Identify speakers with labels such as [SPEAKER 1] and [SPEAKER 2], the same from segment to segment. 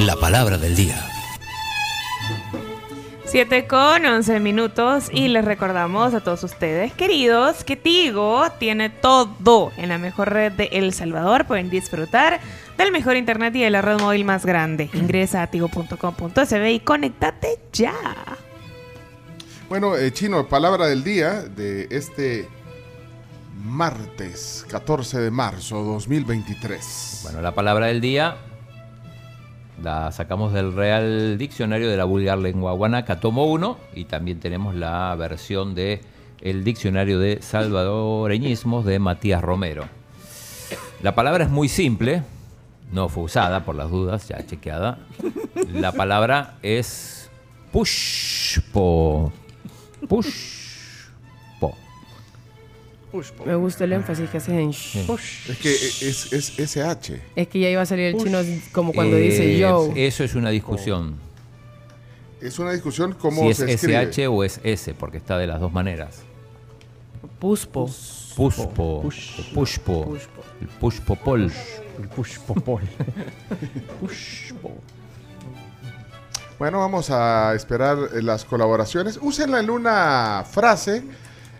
[SPEAKER 1] La palabra del día.
[SPEAKER 2] 7 con 11 minutos y les recordamos a todos ustedes, queridos, que Tigo tiene todo en la mejor red de El Salvador. Pueden disfrutar del mejor internet y de la red móvil más grande. Ingresa a tigo.com.sb y conéctate ya.
[SPEAKER 3] Bueno, eh, Chino, palabra del día de este martes 14 de marzo 2023.
[SPEAKER 4] Bueno, la palabra del día la sacamos del Real Diccionario de la Vulgar Lengua Guanaca, tomo 1, y también tenemos la versión de el Diccionario de Salvadoreñismos de Matías Romero. La palabra es muy simple, no fue usada por las dudas, ya chequeada. La palabra es pushpo. Pushpo.
[SPEAKER 5] Me gusta el énfasis que haces en sh.
[SPEAKER 3] Es que es, es SH.
[SPEAKER 5] Es que ya iba a salir el chino como cuando
[SPEAKER 4] Eh,
[SPEAKER 5] dice yo.
[SPEAKER 4] Eso es una discusión.
[SPEAKER 3] Es una discusión cómo
[SPEAKER 4] Si es
[SPEAKER 3] se escribe.
[SPEAKER 4] SH o es S, porque está de las dos maneras.
[SPEAKER 5] Puspo.
[SPEAKER 4] Puspo. el Pushpo.
[SPEAKER 5] Pushpo.
[SPEAKER 4] El pushpopol.
[SPEAKER 6] El push popol.
[SPEAKER 3] Bueno, vamos a esperar eh, las colaboraciones. Úsenla en una frase.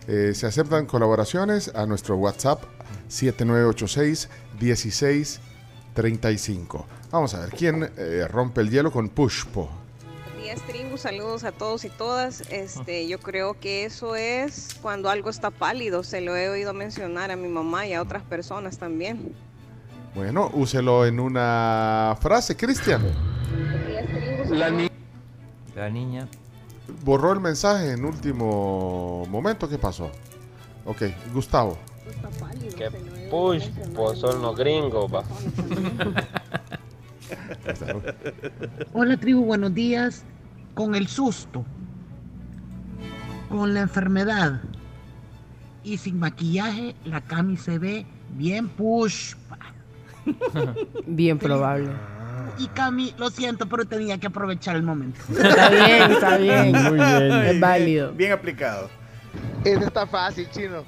[SPEAKER 3] Eh, se aceptan colaboraciones a nuestro WhatsApp 7986-1635. Vamos a ver quién eh, rompe el hielo con Pushpo.
[SPEAKER 7] días, tribu. Saludos a todos y todas. Este, yo creo que eso es cuando algo está pálido. Se lo he oído mencionar a mi mamá y a otras personas también.
[SPEAKER 3] Bueno, úselo en una frase. Cristian,
[SPEAKER 4] La niña.
[SPEAKER 3] borró el mensaje en último momento. ¿Qué pasó? Ok, Gustavo.
[SPEAKER 8] Que push, pues son los gringos, va.
[SPEAKER 9] Hola tribu, buenos días. Con el susto, con la enfermedad y sin maquillaje, la Cami se ve bien push.
[SPEAKER 5] Bien probable.
[SPEAKER 9] Y Cami, lo siento, pero tenía que aprovechar el momento.
[SPEAKER 5] Está bien, está bien.
[SPEAKER 6] Muy bien.
[SPEAKER 5] Es válido.
[SPEAKER 10] Bien aplicado.
[SPEAKER 8] Eso está fácil, chino.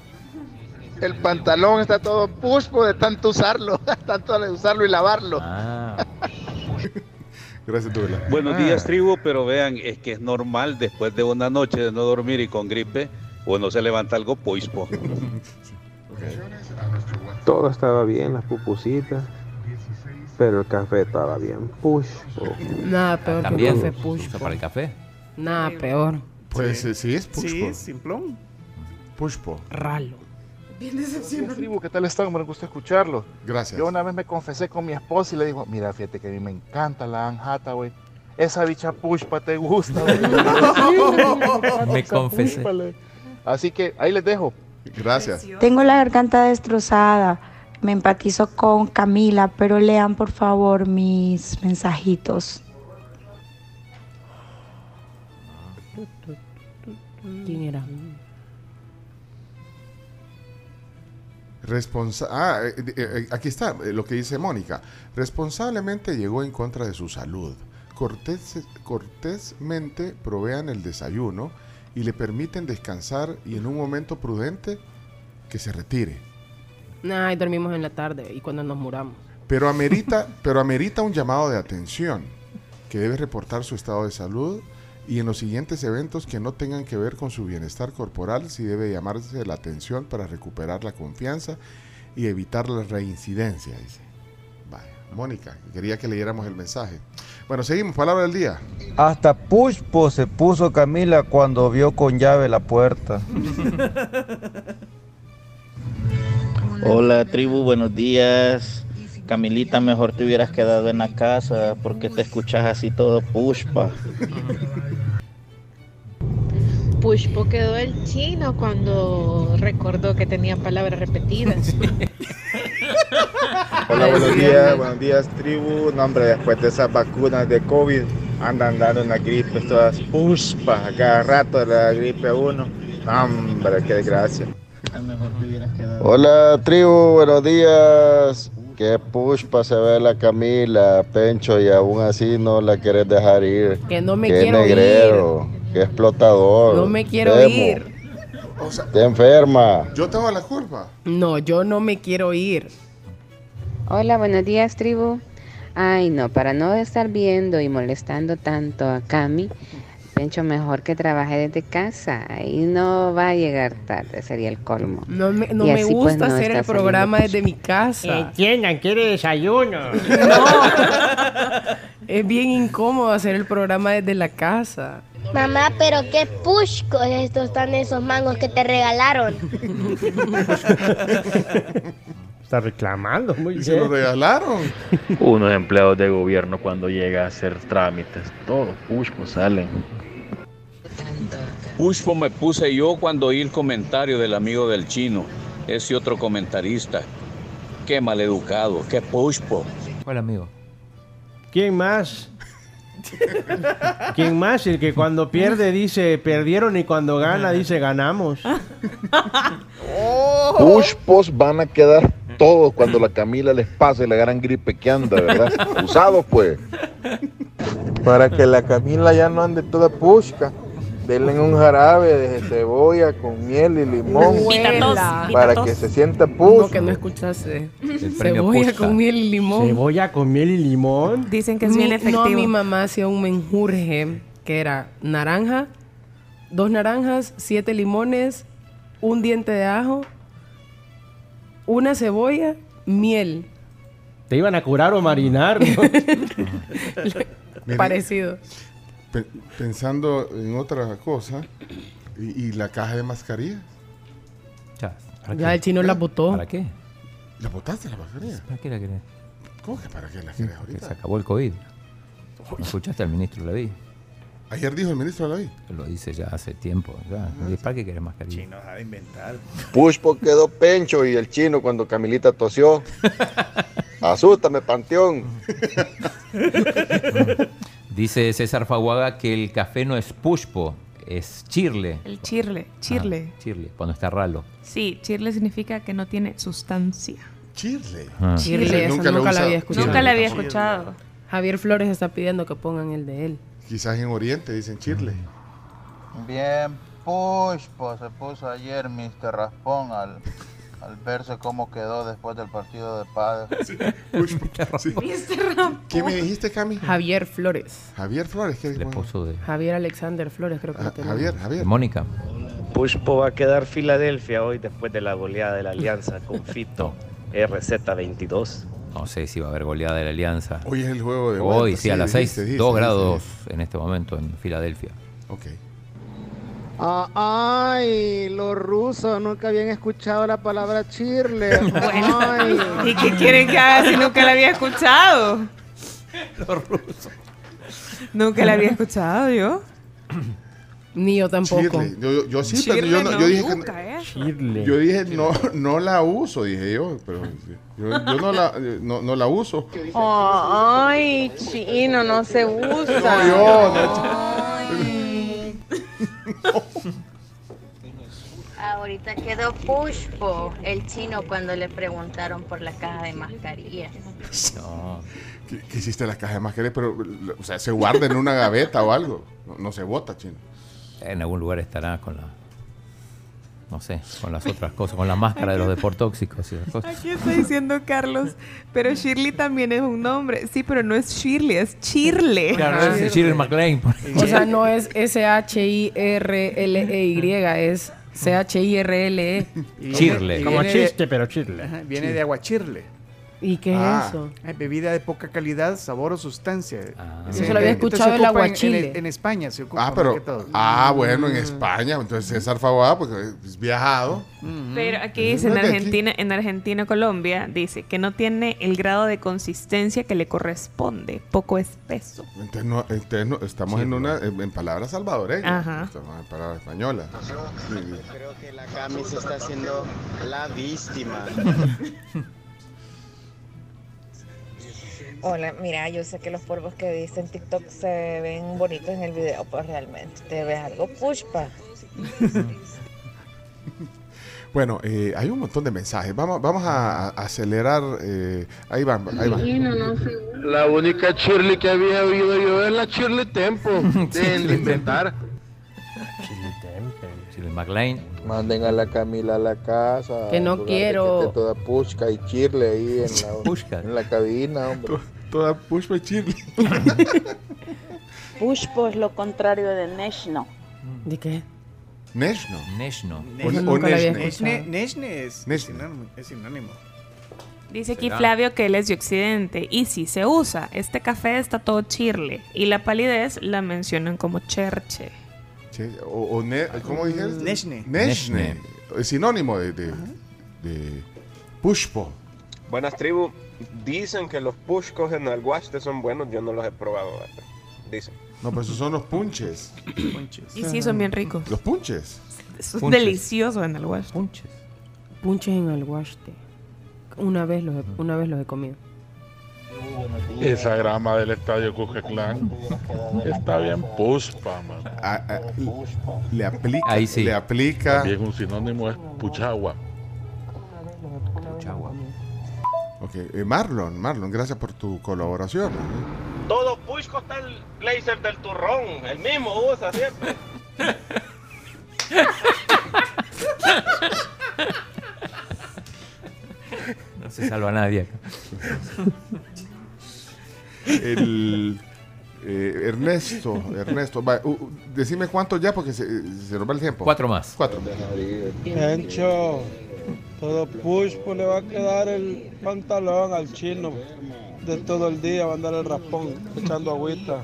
[SPEAKER 8] El pantalón está todo pushpo de tanto usarlo, tanto de usarlo y lavarlo.
[SPEAKER 4] Ah.
[SPEAKER 3] Gracias, Ah, Tula.
[SPEAKER 11] Buenos
[SPEAKER 6] Ah.
[SPEAKER 11] días, tribu, pero vean, es que es normal después de una noche de no dormir y con gripe, uno se levanta algo poispo.
[SPEAKER 8] Todo estaba bien, las pupusitas, pero el café estaba bien pushpo.
[SPEAKER 5] Nada peor que
[SPEAKER 4] También.
[SPEAKER 5] un café
[SPEAKER 4] ¿Se
[SPEAKER 5] push.
[SPEAKER 4] usa para el café?
[SPEAKER 5] Nada peor.
[SPEAKER 3] Pues eh, sí, es
[SPEAKER 10] Sí,
[SPEAKER 3] Pushpo.
[SPEAKER 10] simplón.
[SPEAKER 3] Pushpo.
[SPEAKER 5] Ralo.
[SPEAKER 8] tribu, ¿qué tal están? Me gusta escucharlo.
[SPEAKER 3] Gracias.
[SPEAKER 8] Yo una vez me confesé con mi esposa y le digo, mira, fíjate que a mí me encanta la Anne Hathaway. Esa bicha pushpa te gusta. güey".
[SPEAKER 4] Me
[SPEAKER 8] Esa
[SPEAKER 4] confesé.
[SPEAKER 8] pushpa, le- Así que ahí les dejo.
[SPEAKER 3] Gracias.
[SPEAKER 2] Tengo
[SPEAKER 9] la garganta destrozada. Me empatizo con Camila, pero lean por favor mis mensajitos.
[SPEAKER 5] ¿Quién era?
[SPEAKER 3] Responsa ah, eh, eh, eh, aquí está eh, lo que dice Mónica. Responsablemente llegó en contra de su salud. Cortés, cortésmente provean el desayuno y le permiten descansar y en un momento prudente que se retire.
[SPEAKER 5] Nah, y dormimos en la tarde y cuando nos muramos.
[SPEAKER 3] Pero amerita, pero amerita un llamado de atención que debe reportar su estado de salud y en los siguientes eventos que no tengan que ver con su bienestar corporal si debe llamarse la atención para recuperar la confianza y evitar la reincidencia, dice. Vaya, Mónica, quería que leyéramos el mensaje. Bueno, seguimos, palabra del día.
[SPEAKER 8] Hasta pushpo se puso Camila cuando vio con llave la puerta.
[SPEAKER 11] Hola, tribu, buenos días. Camilita, mejor te hubieras quedado en la casa porque te escuchas así todo pushpa.
[SPEAKER 7] Pushpo quedó el chino cuando recordó que tenía palabras repetidas.
[SPEAKER 8] Hola, buenos días, buenos días, tribu. No, hombre, después de esas vacunas de COVID, andan dando una gripe, todas puspas, a cada rato la gripe a uno. No, hombre, qué desgracia. Hola, tribu, buenos días. Qué pushpa se ve la Camila, Pencho, y aún así no la querés dejar ir.
[SPEAKER 5] Que no me
[SPEAKER 8] qué
[SPEAKER 5] quiero
[SPEAKER 8] negrero, qué
[SPEAKER 5] ir.
[SPEAKER 8] explotador.
[SPEAKER 5] No me quiero
[SPEAKER 8] Demo.
[SPEAKER 5] ir.
[SPEAKER 3] O sea,
[SPEAKER 10] Te enferma.
[SPEAKER 3] yo tengo la culpa.
[SPEAKER 5] No, yo no me quiero ir.
[SPEAKER 12] Hola, buenos días, tribu. Ay, no, para no estar viendo y molestando tanto a Cami, Pencho, mejor que trabaje desde casa. Ahí no va a llegar tarde, sería el colmo.
[SPEAKER 5] No me, no
[SPEAKER 12] Y
[SPEAKER 5] me
[SPEAKER 12] así, pues,
[SPEAKER 5] gusta
[SPEAKER 12] no
[SPEAKER 5] hacer el
[SPEAKER 12] está saliendo
[SPEAKER 5] programa
[SPEAKER 12] con
[SPEAKER 5] desde mi casa.
[SPEAKER 6] Entiendan, quiere desayuno.
[SPEAKER 5] Es bien incómodo hacer el programa desde la casa.
[SPEAKER 13] Mamá, pero qué pushcos estos están esos mangos que te regalaron.
[SPEAKER 6] Está reclamando, muy bien.
[SPEAKER 3] Y se lo regalaron.
[SPEAKER 14] Unos empleados de gobierno cuando llega a hacer trámites, todo pushpo salen.
[SPEAKER 15] Pushpo me puse yo cuando oí el comentario del amigo del chino, ese otro comentarista. Qué maleducado, qué pushpo.
[SPEAKER 4] ¿Cuál amigo?
[SPEAKER 6] ¿Quién más? ¿Quién más? El que cuando pierde dice perdieron y cuando gana dice ganamos. Oh.
[SPEAKER 10] Pushpos van a quedar todos cuando la Camila les pase la gran gripe que anda, ¿verdad? Usados, pues.
[SPEAKER 16] Para que la Camila ya no ande toda pusca. Denle un jarabe de cebolla con miel y limón
[SPEAKER 5] Huela. Vitatos,
[SPEAKER 16] para
[SPEAKER 5] vitatos.
[SPEAKER 16] que se sienta
[SPEAKER 5] No,
[SPEAKER 16] pusca.
[SPEAKER 5] que no escuchaste.
[SPEAKER 6] premio
[SPEAKER 5] Cebolla
[SPEAKER 6] Pushka.
[SPEAKER 5] con miel y limón.
[SPEAKER 6] Cebolla con miel y limón.
[SPEAKER 2] Dicen que es bien
[SPEAKER 5] Mi-
[SPEAKER 2] efectivo.
[SPEAKER 5] No, mi mamá hacía un menjurje que era naranja, dos naranjas, siete limones, un diente de ajo, una cebolla, miel.
[SPEAKER 6] Te iban a curar o marinar. ¿no?
[SPEAKER 3] Mire,
[SPEAKER 5] Parecido.
[SPEAKER 3] pe- pensando en otra cosa, y, y la caja de mascarillas.
[SPEAKER 5] Ya el chino la botó. ¿Para
[SPEAKER 4] qué?
[SPEAKER 3] ¿La botaste la mascarilla?
[SPEAKER 4] ¿Para qué la querés?
[SPEAKER 3] ¿Cómo que para qué la querés
[SPEAKER 4] Porque se
[SPEAKER 3] ahorita?
[SPEAKER 4] acabó el COVID. ¿No escuchaste al ministro Laví?
[SPEAKER 3] Ayer dijo el ministro Laví.
[SPEAKER 4] Lo dice ya hace tiempo. Ya. ¿Para qué querés mascarilla? Chino
[SPEAKER 17] sabe inventar.
[SPEAKER 10] Pushpo quedó pencho y el chino cuando Camilita tosió. Asústame, panteón.
[SPEAKER 4] Dice César Faguaga que el café no es pushpo, es chirle.
[SPEAKER 2] El chirle, chirle.
[SPEAKER 4] Ah, chirle, cuando está ralo.
[SPEAKER 2] Sí, chirle significa que no tiene sustancia.
[SPEAKER 3] Chirle.
[SPEAKER 4] Ah.
[SPEAKER 5] Chirle, eso nunca,
[SPEAKER 3] lo he
[SPEAKER 5] la
[SPEAKER 3] usado.
[SPEAKER 5] había escuchado.
[SPEAKER 2] Nunca la había escuchado.
[SPEAKER 5] Javier Flores está pidiendo que pongan el de él.
[SPEAKER 3] Quizás en Oriente dicen chirle.
[SPEAKER 18] Bien, Pushpo se puso ayer Mr. Raspón al, al verse cómo quedó después del partido de padres.
[SPEAKER 2] este
[SPEAKER 3] ¿Qué me dijiste, Cami?
[SPEAKER 5] Javier Flores.
[SPEAKER 3] Javier Flores, ¿qué Ah,
[SPEAKER 4] El esposo de
[SPEAKER 5] Javier Alexander Flores, creo que lo tenemos.
[SPEAKER 3] Javier.
[SPEAKER 4] Mónica.
[SPEAKER 17] Pushpo va a quedar Filadelfia hoy después de la goleada de la alianza con Fito RZ22.
[SPEAKER 4] No sé si va a haber goleada de la Alianza.
[SPEAKER 3] Hoy es el juego de
[SPEAKER 4] Hoy,
[SPEAKER 3] vuelta,
[SPEAKER 4] sí, a
[SPEAKER 3] sí,
[SPEAKER 4] las
[SPEAKER 3] dijiste,
[SPEAKER 4] 6,
[SPEAKER 3] dijiste,
[SPEAKER 4] 2
[SPEAKER 3] dijiste,
[SPEAKER 4] grados en este momento en Filadelfia.
[SPEAKER 3] Ok.
[SPEAKER 19] Ah, ay, los rusos nunca habían escuchado la palabra chirle. Ay.
[SPEAKER 2] ¿Y qué quieren que haga si nunca la había escuchado?
[SPEAKER 4] Los rusos.
[SPEAKER 2] Nunca la había escuchado yo.
[SPEAKER 5] Ni yo tampoco.
[SPEAKER 3] Chirle. Yo, yo- yo sí,
[SPEAKER 2] Chirle,
[SPEAKER 3] pero yo, no-
[SPEAKER 2] no, ¿eh?
[SPEAKER 3] yo dije que
[SPEAKER 2] nunca
[SPEAKER 3] no-
[SPEAKER 2] eso.
[SPEAKER 3] Yo dije, no, no la uso, dije yo. Pero yo, yo no, la, no, no la uso.
[SPEAKER 7] Ay, chino, no se usa.
[SPEAKER 3] No, yo, no.
[SPEAKER 20] Ahorita quedó Pushpo, el chino, cuando le preguntaron por la caja de mascarillas.
[SPEAKER 3] ¿Qué, qué hiciste las cajas de mascarillas? Pero, o sea, se guarda en una gaveta o algo. No, no se bota, chino.
[SPEAKER 4] En algún lugar estará con la. No sé, con las otras cosas, con la máscara de los deportóxicos y esas cosas.
[SPEAKER 2] Aquí está diciendo Carlos, pero Shirley también es un nombre. Sí, pero no es Shirley, es Chirle.
[SPEAKER 4] Claro, ese Shirley MacLaine. por ejemplo.
[SPEAKER 5] O sea, no es S-H-I-R-L-E-Y, E es C-H-I-R-L-E.
[SPEAKER 4] Chirle.
[SPEAKER 6] Como
[SPEAKER 5] Viene-
[SPEAKER 6] chiste, pero chirle.
[SPEAKER 5] Ajá,
[SPEAKER 17] Viene de aguachirle.
[SPEAKER 5] ¿Y qué es
[SPEAKER 17] Ah.
[SPEAKER 5] eso?
[SPEAKER 17] Eh, Bebida de poca calidad, sabor o sustancia.
[SPEAKER 4] Ah,
[SPEAKER 5] Eso lo había escuchado el
[SPEAKER 17] en
[SPEAKER 5] aguachile.
[SPEAKER 17] En, en España se ocupa.
[SPEAKER 3] Ah,
[SPEAKER 17] más que
[SPEAKER 3] pero.
[SPEAKER 17] todo.
[SPEAKER 3] Ah, bueno, en España. Entonces César Fabada, porque es viajado.
[SPEAKER 2] Pero aquí dice, en
[SPEAKER 3] Desde aquí.
[SPEAKER 2] Argentina, en Argentina, Colombia, dice que no tiene el grado de consistencia que le corresponde, poco espeso.
[SPEAKER 3] Entonces, no, entonces no- estamos en una en, en palabras salvadoreñas.
[SPEAKER 2] Ajá.
[SPEAKER 3] Estamos en palabras españolas.
[SPEAKER 21] Creo que la Cami se está haciendo la víctima.
[SPEAKER 22] Hola, mira, yo sé que los polvos que viste en TikTok se ven bonitos en el video, pues realmente te ves algo pushpa.
[SPEAKER 3] Bueno, eh, hay un montón de mensajes. Vamos, vamos a, a acelerar. eh, ahí van, ahí van.
[SPEAKER 23] La única Shirley que había oído yo es la Shirley Tempo. Dejen de inventar.
[SPEAKER 4] Shirley MacLaine.
[SPEAKER 16] Manden a la Camila a la casa.
[SPEAKER 5] Que no
[SPEAKER 16] al lugar de
[SPEAKER 5] quiero.
[SPEAKER 16] Que esté toda pushca y chirle ahí en la, en la cabina, hombre.
[SPEAKER 3] Toda pushca y chirle.
[SPEAKER 1] Pushpo es lo contrario de Neshno.
[SPEAKER 5] ¿De qué?
[SPEAKER 3] Neshno.
[SPEAKER 4] Neshno.
[SPEAKER 3] O- o
[SPEAKER 9] Neshne,
[SPEAKER 3] Neshne.
[SPEAKER 9] Neshne es, es
[SPEAKER 3] Neshne.
[SPEAKER 9] sinónimo, es sinónimo.
[SPEAKER 2] Dice aquí
[SPEAKER 9] Será.
[SPEAKER 2] Flavio que él es de Occidente y si se usa, este café está todo chirle y la palidez la mencionan como cherche.
[SPEAKER 3] Che, o- o ne- ¿Cómo dije?
[SPEAKER 9] Neshne.
[SPEAKER 3] Neshne. Es sinónimo de, de, de pushpo.
[SPEAKER 11] Buenas tribus. Dicen que los pushcos en Alguaste son buenos, yo no los he probado. ¿verdad? Dicen.
[SPEAKER 3] No, pero esos son los punches.
[SPEAKER 2] Y sí, son bien ricos.
[SPEAKER 3] Los punches.
[SPEAKER 2] Son
[SPEAKER 3] Punches.
[SPEAKER 2] deliciosos en el West.
[SPEAKER 4] Punches.
[SPEAKER 5] Punches en alguaste. Una vez los he, una vez los he comido.
[SPEAKER 23] Esa grama del estadio Cuscatlán está bien puspa, man.
[SPEAKER 3] Le aplica.
[SPEAKER 23] Ahí sí.
[SPEAKER 3] Le aplica.
[SPEAKER 23] También un sinónimo es puchagua.
[SPEAKER 3] Ok, eh, Marlon, Marlon, gracias por tu colaboración.
[SPEAKER 24] Todo Pushco está el blazer del turrón, el mismo usa siempre.
[SPEAKER 4] No se salva nadie acá.
[SPEAKER 3] El, eh, Ernesto, Ernesto, va, u- u- decime cuántos ya porque se, se nos va el tiempo.
[SPEAKER 4] Cuatro más.
[SPEAKER 3] Cuatro.
[SPEAKER 25] Pencho, todo pushpo le va a quedar el pantalón al chino de todo el día, va a andar el raspón echando agüita.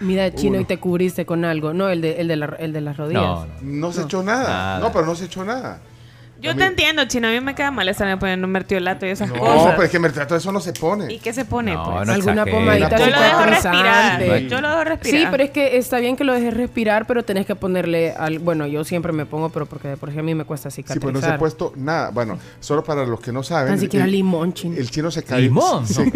[SPEAKER 5] Mira, chino,
[SPEAKER 3] Uno.
[SPEAKER 5] y te cubriste con algo. No, el de, el de, la- el de las rodillas.
[SPEAKER 3] No se echó nada.
[SPEAKER 4] Nada.
[SPEAKER 3] No, pero no se echó nada.
[SPEAKER 2] Yo te entiendo, chino. A mí me queda mal estarme poniendo un mertiolato y esas
[SPEAKER 3] No,
[SPEAKER 2] cosas.
[SPEAKER 3] pero es que mertrato eso no se pone.
[SPEAKER 2] ¿Y qué se pone?
[SPEAKER 4] No,
[SPEAKER 2] pues?
[SPEAKER 4] no Alguna exagere. pomadita
[SPEAKER 2] Yo lo dejo
[SPEAKER 5] cicatrizante.
[SPEAKER 2] respirar. Yo lo dejo respirar.
[SPEAKER 5] Sí, pero es que está bien que lo dejes respirar, pero tenés que ponerle al. Bueno, yo siempre me pongo, pero porque por ejemplo a mí me cuesta
[SPEAKER 3] Sí, pues no se ha
[SPEAKER 5] cicatrizar.
[SPEAKER 3] puesto nada. Bueno, solo para los que no saben.
[SPEAKER 5] Tan siquiera
[SPEAKER 3] el-
[SPEAKER 5] limón, chino.
[SPEAKER 3] El chino se cayó.
[SPEAKER 5] ¿Limón?
[SPEAKER 3] Se,
[SPEAKER 5] No,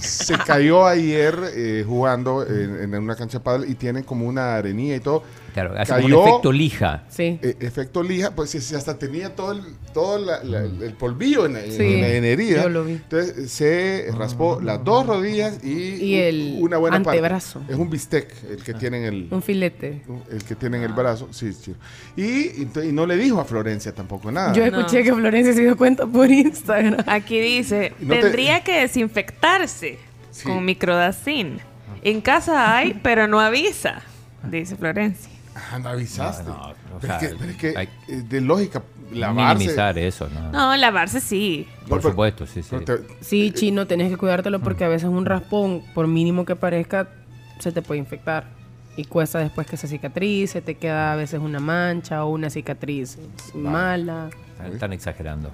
[SPEAKER 3] se cayó ayer eh, jugando en, en una cancha de pádel y tienen como una arenilla y todo.
[SPEAKER 4] Claro, hace como un efecto lija.
[SPEAKER 5] Sí.
[SPEAKER 3] eh, e-, efecto lija, pues si, si hasta tenía todo el, todo la- la- el polvillo en, en-
[SPEAKER 5] Mm. Sí,
[SPEAKER 3] en la herida.
[SPEAKER 5] yo lo vi. Ah.
[SPEAKER 3] Entonces eh, se raspó las dos rodillas y,
[SPEAKER 5] Y el
[SPEAKER 3] una buena parte.
[SPEAKER 5] antebrazo. Ah.
[SPEAKER 3] Es un bistec el que tienen el
[SPEAKER 5] Un Ah. filete.
[SPEAKER 3] el que tiene en el brazo, sí, sí. Y, ento- y no le dijo a Florencia tampoco nada.
[SPEAKER 5] Yo escuché que Florencia se dio cuenta por Instagram.
[SPEAKER 2] Aquí dice,
[SPEAKER 3] No te-
[SPEAKER 2] tendría que desinfectarse con microdacin. En casa hay, pero no avisa, dice Florencia.
[SPEAKER 3] Ah, no avisaste.
[SPEAKER 4] No, no, o
[SPEAKER 3] pero,
[SPEAKER 4] sea,
[SPEAKER 3] es que, pero es que,
[SPEAKER 4] hay-
[SPEAKER 3] eh, de lógica, lavarse.
[SPEAKER 4] Minimizar eso,
[SPEAKER 3] Ah.
[SPEAKER 4] ¿no?
[SPEAKER 2] No, lavarse sí.
[SPEAKER 4] Por supuesto, sí, sí.
[SPEAKER 5] Sí, chino, tenés que cuidártelo porque a veces un raspón, por mínimo que parezca, se te puede infectar. Y cuesta después que se cicatrice, te queda a veces una mancha o una cicatriz mala.
[SPEAKER 4] Están- Están exagerando.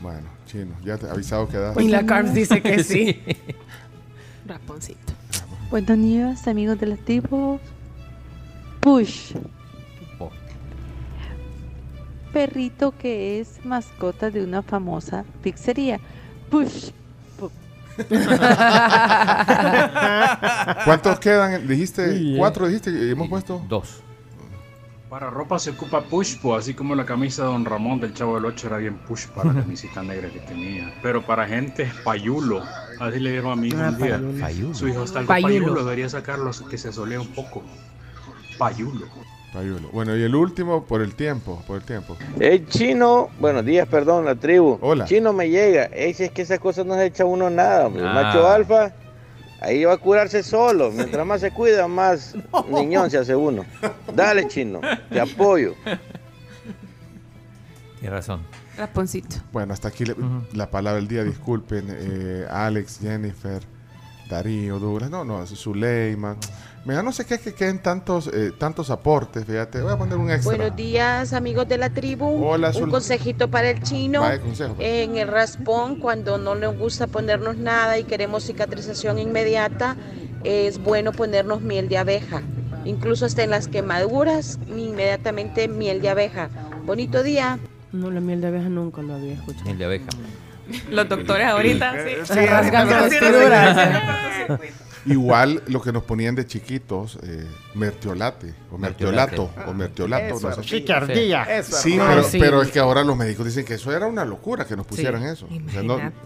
[SPEAKER 3] Bueno, chino, ya te he avisado que da.
[SPEAKER 5] Y la Carms dice que Eh, sí.
[SPEAKER 2] Rasponcito.
[SPEAKER 26] Buenas noches, amigos de los tipos. Push.
[SPEAKER 4] Po.
[SPEAKER 26] Perrito que es mascota de una famosa pizzería. Push.
[SPEAKER 3] ¿Cuántos quedan? Dijiste
[SPEAKER 27] Sí, eh.
[SPEAKER 3] cuatro, dijiste que hemos puesto.
[SPEAKER 4] Dos.
[SPEAKER 27] Para ropa se ocupa pushpo, así como la camisa de Don Ramón del Chavo del Ocho era bien pushpa, la camisita negra que tenía. Pero para gente es payulo, así le dieron a mi hijo
[SPEAKER 4] Ah,
[SPEAKER 27] un día.
[SPEAKER 4] payulo. Payulo.
[SPEAKER 27] Su hijo está algo
[SPEAKER 4] Payulo.
[SPEAKER 27] payulo. debería sacarlo que se solea un poco. Payulo.
[SPEAKER 3] Payulo. Bueno, y el último por el tiempo, por el tiempo.
[SPEAKER 28] El chino, buenos días, perdón, la tribu.
[SPEAKER 3] Hola.
[SPEAKER 28] Chino me llega. Ey, si es que esas cosas no se echa uno nada, hombre. El
[SPEAKER 3] Ah.
[SPEAKER 28] macho alfa, ahí va a curarse solo. Mientras más se cuida, más niñón se hace uno. Dale, chino, te apoyo.
[SPEAKER 4] Tienes razón.
[SPEAKER 2] Rasponcito.
[SPEAKER 3] Bueno, hasta aquí le- la palabra del día, disculpen. eh, Alex, Jennifer, Darío, Douglas, no, no, Zuleima. Mira, no sé qué que queden tantos, eh, tantos aportes, fíjate. Voy a poner un extra.
[SPEAKER 29] Buenos días, amigos de la tribu.
[SPEAKER 3] Hola,
[SPEAKER 29] Un
[SPEAKER 3] Zul-
[SPEAKER 29] consejito para el chino.
[SPEAKER 3] Vaya consejo.
[SPEAKER 29] En el raspón, cuando no nos gusta ponernos nada y queremos cicatrización inmediata, es bueno ponernos miel de abeja. Incluso hasta en las quemaduras, inmediatamente miel de abeja. Bonito día.
[SPEAKER 5] No, la miel de abeja nunca lo había escuchado.
[SPEAKER 4] Miel de abeja.
[SPEAKER 2] Los doctores ahorita, sí.
[SPEAKER 5] Se rasgan las vestiduras.
[SPEAKER 3] Igual lo que nos ponían de chiquitos, eh, mertiolate, o mertiolato,
[SPEAKER 4] Mertiolate. Ah.
[SPEAKER 3] o mertiolato.
[SPEAKER 4] Eso,
[SPEAKER 3] no sé.
[SPEAKER 4] chica ardilla. Eso,
[SPEAKER 3] Sí,
[SPEAKER 4] ardilla.
[SPEAKER 3] pero,
[SPEAKER 4] Ah, Sí.
[SPEAKER 3] pero es que ahora los médicos dicen que eso era una locura que nos pusieran
[SPEAKER 2] Sí.
[SPEAKER 3] eso. O sea, no-
[SPEAKER 2] Imagínate.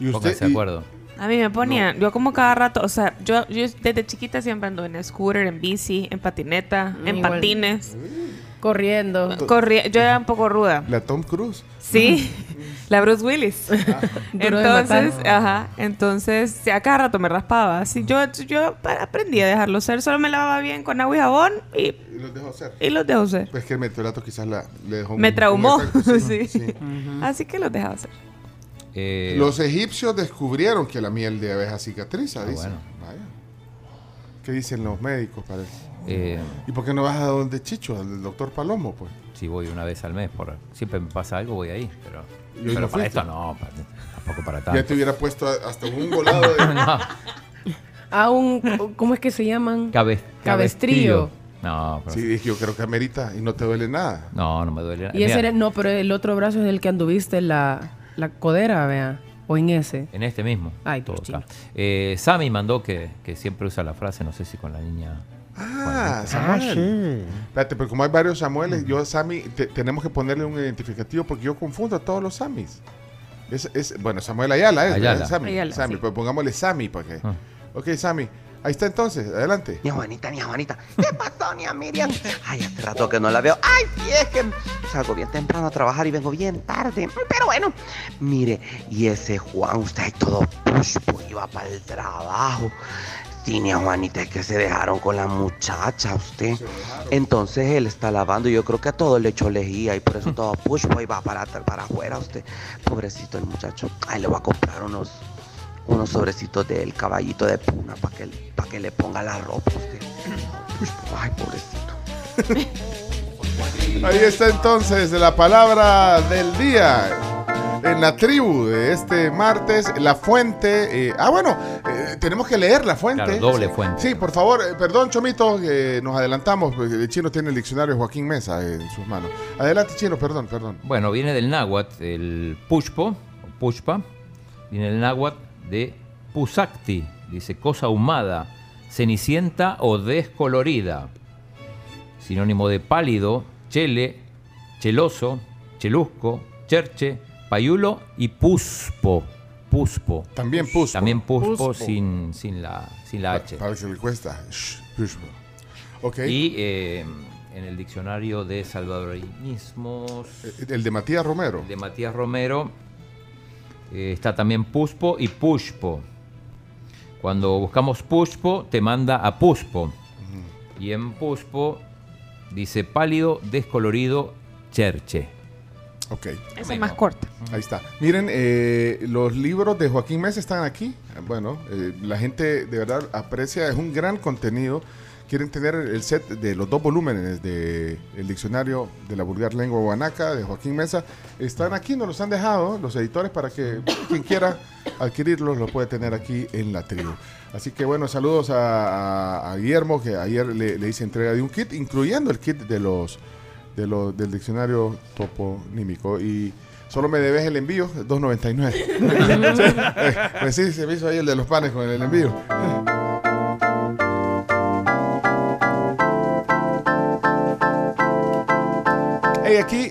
[SPEAKER 3] y usted,
[SPEAKER 4] Pónganse de acuerdo.
[SPEAKER 2] A mí me ponían, yo como cada rato, o sea, yo, yo desde chiquita siempre ando en scooter, en bici, en patineta, en
[SPEAKER 5] Mm, igual. Pues,
[SPEAKER 2] patines.
[SPEAKER 5] Corriendo.
[SPEAKER 2] Corri- yo era un poco ruda.
[SPEAKER 3] La Tom Cruise.
[SPEAKER 2] Sí, la Bruce Willis.
[SPEAKER 5] Ah, Duro de matar.
[SPEAKER 2] entonces, ajá, entonces, sí, a cada rato me raspaba. Así, yo, yo aprendí a dejarlo ser, solo me lavaba bien con agua y jabón y
[SPEAKER 3] Y los dejó ser.
[SPEAKER 2] Y los dejó ser.
[SPEAKER 3] Pues que el meteorato quizás la, le dejó
[SPEAKER 2] me
[SPEAKER 3] un-
[SPEAKER 2] traumó.
[SPEAKER 3] un efecto,
[SPEAKER 2] sí.
[SPEAKER 3] Ujú.
[SPEAKER 2] Así que los dejaba ser.
[SPEAKER 4] Eh,
[SPEAKER 3] Los egipcios descubrieron que la miel de abeja cicatriza, dicen.
[SPEAKER 4] Ah, bueno.
[SPEAKER 3] Vaya. ¿Qué dicen los médicos, parece?
[SPEAKER 4] Eh.
[SPEAKER 3] ¿Y por qué no vas a donde Chicho, al doctor Palomo, pues?
[SPEAKER 4] Si voy una vez al mes, por, siempre me pasa algo, voy ahí. Pero,
[SPEAKER 3] ¿Y hoy
[SPEAKER 4] pero
[SPEAKER 3] no
[SPEAKER 4] para
[SPEAKER 3] fuiste?
[SPEAKER 4] esto no, para- tampoco para tanto.
[SPEAKER 3] Ya te hubiera puesto a- hasta un volado de...
[SPEAKER 4] Ah.
[SPEAKER 5] A un. ¿Cómo es que se llaman?
[SPEAKER 4] Cabe-
[SPEAKER 5] Cabestrillo.
[SPEAKER 4] No, pero-
[SPEAKER 3] Sí, yo creo que amerita y no te duele nada.
[SPEAKER 4] No, no me duele nada.
[SPEAKER 5] Y ese
[SPEAKER 4] Mira,
[SPEAKER 5] era. No, pero el otro brazo es el que anduviste en la, la codera, vea. O en ese.
[SPEAKER 4] En este mismo.
[SPEAKER 5] Ay,
[SPEAKER 4] todo
[SPEAKER 5] cochino.
[SPEAKER 4] acá. Eh, Sammy mandó que, que siempre usa la frase, no sé si con la niña.
[SPEAKER 3] Ah, Samuel. Espérate, pero como hay varios Samueles, yo a Sammy te- tenemos que ponerle un identificativo porque yo confundo a todos los Samis. Es, es- bueno, Samuel Ayala es, ¿verdad?
[SPEAKER 4] Ayala.
[SPEAKER 3] Sammy.
[SPEAKER 4] Ayala,
[SPEAKER 3] Sammy,
[SPEAKER 4] sí.
[SPEAKER 3] pues pongámosle Sammy para que. Ok, Sammy. Ahí está entonces, adelante.
[SPEAKER 8] Ni a Juanita, ni a Juanita. ¿Qué pasó, ni a Miriam?
[SPEAKER 3] Ay,
[SPEAKER 8] Hace rato que no la veo. Ay, sí, es que salgo bien temprano a trabajar y vengo bien tarde. Pero bueno, mire, y ese Juan, usted es todo puspo, iba para el trabajo. Sí, ni a Juanita, es que se dejaron con la muchacha, usted. Entonces él está lavando y yo creo que a todo le echó lejía y por eso todo puspo y va para, para afuera, usted. Pobrecito el muchacho. Ay, le voy a comprar unos, unos sobrecitos del caballito de puna para que, para que le ponga la ropa, usted. Ay, pobrecito.
[SPEAKER 3] Ahí está entonces la palabra del día. En la tribu de este martes, la fuente. eh, ah, bueno, eh, tenemos que leer la fuente.
[SPEAKER 4] Claro, doble fuente.
[SPEAKER 3] Sí, por favor, eh, perdón, Chomito, que nos adelantamos. porque El chino tiene el diccionario de Joaquín Mesa eh, en sus manos. Adelante, chino, perdón, perdón.
[SPEAKER 4] Bueno, viene del náhuatl, el pushpo, o pushpa, viene del náhuatl de pusakti, dice cosa ahumada, cenicienta o descolorida. Sinónimo de pálido, chele, cheloso, chelusco, cherche, payulo y puspo. Puspo.
[SPEAKER 3] También puspo.
[SPEAKER 4] También puspo,
[SPEAKER 3] Puspo. Ah,
[SPEAKER 4] Sin, sin la, sin la H.
[SPEAKER 3] Para que se le cuesta. Shh, pushpa. Ok.
[SPEAKER 4] Y eh, en el diccionario de salvadoreñismos.
[SPEAKER 3] Eh, El de Matías Romero.
[SPEAKER 4] De Matías Romero eh, está también Puspo y Pushpo. Cuando buscamos Pushpo, te manda a Puspo. Y en Puspo dice pálido, descolorido, cherche.
[SPEAKER 3] Ok.
[SPEAKER 2] Esa es más corta.
[SPEAKER 3] Ahí está. Miren, eh, los libros de Joaquín Mesa están aquí. Bueno, eh, la gente de verdad aprecia, es un gran contenido. Quieren tener el set de los dos volúmenes de El Diccionario de la Vulgar Lengua Guanaca de Joaquín Mesa. Están aquí, nos los han dejado los editores para que quien quiera adquirirlos lo puede tener aquí en la tribu. Así que bueno, saludos a, a- a Guillermo que ayer le, le hice entrega de un kit, incluyendo el kit de los de lo- del diccionario toponímico y solo me debes el envío 2.99 Sí, eh, pues sí se me hizo ahí el de los panes con el envío Eh. hey aquí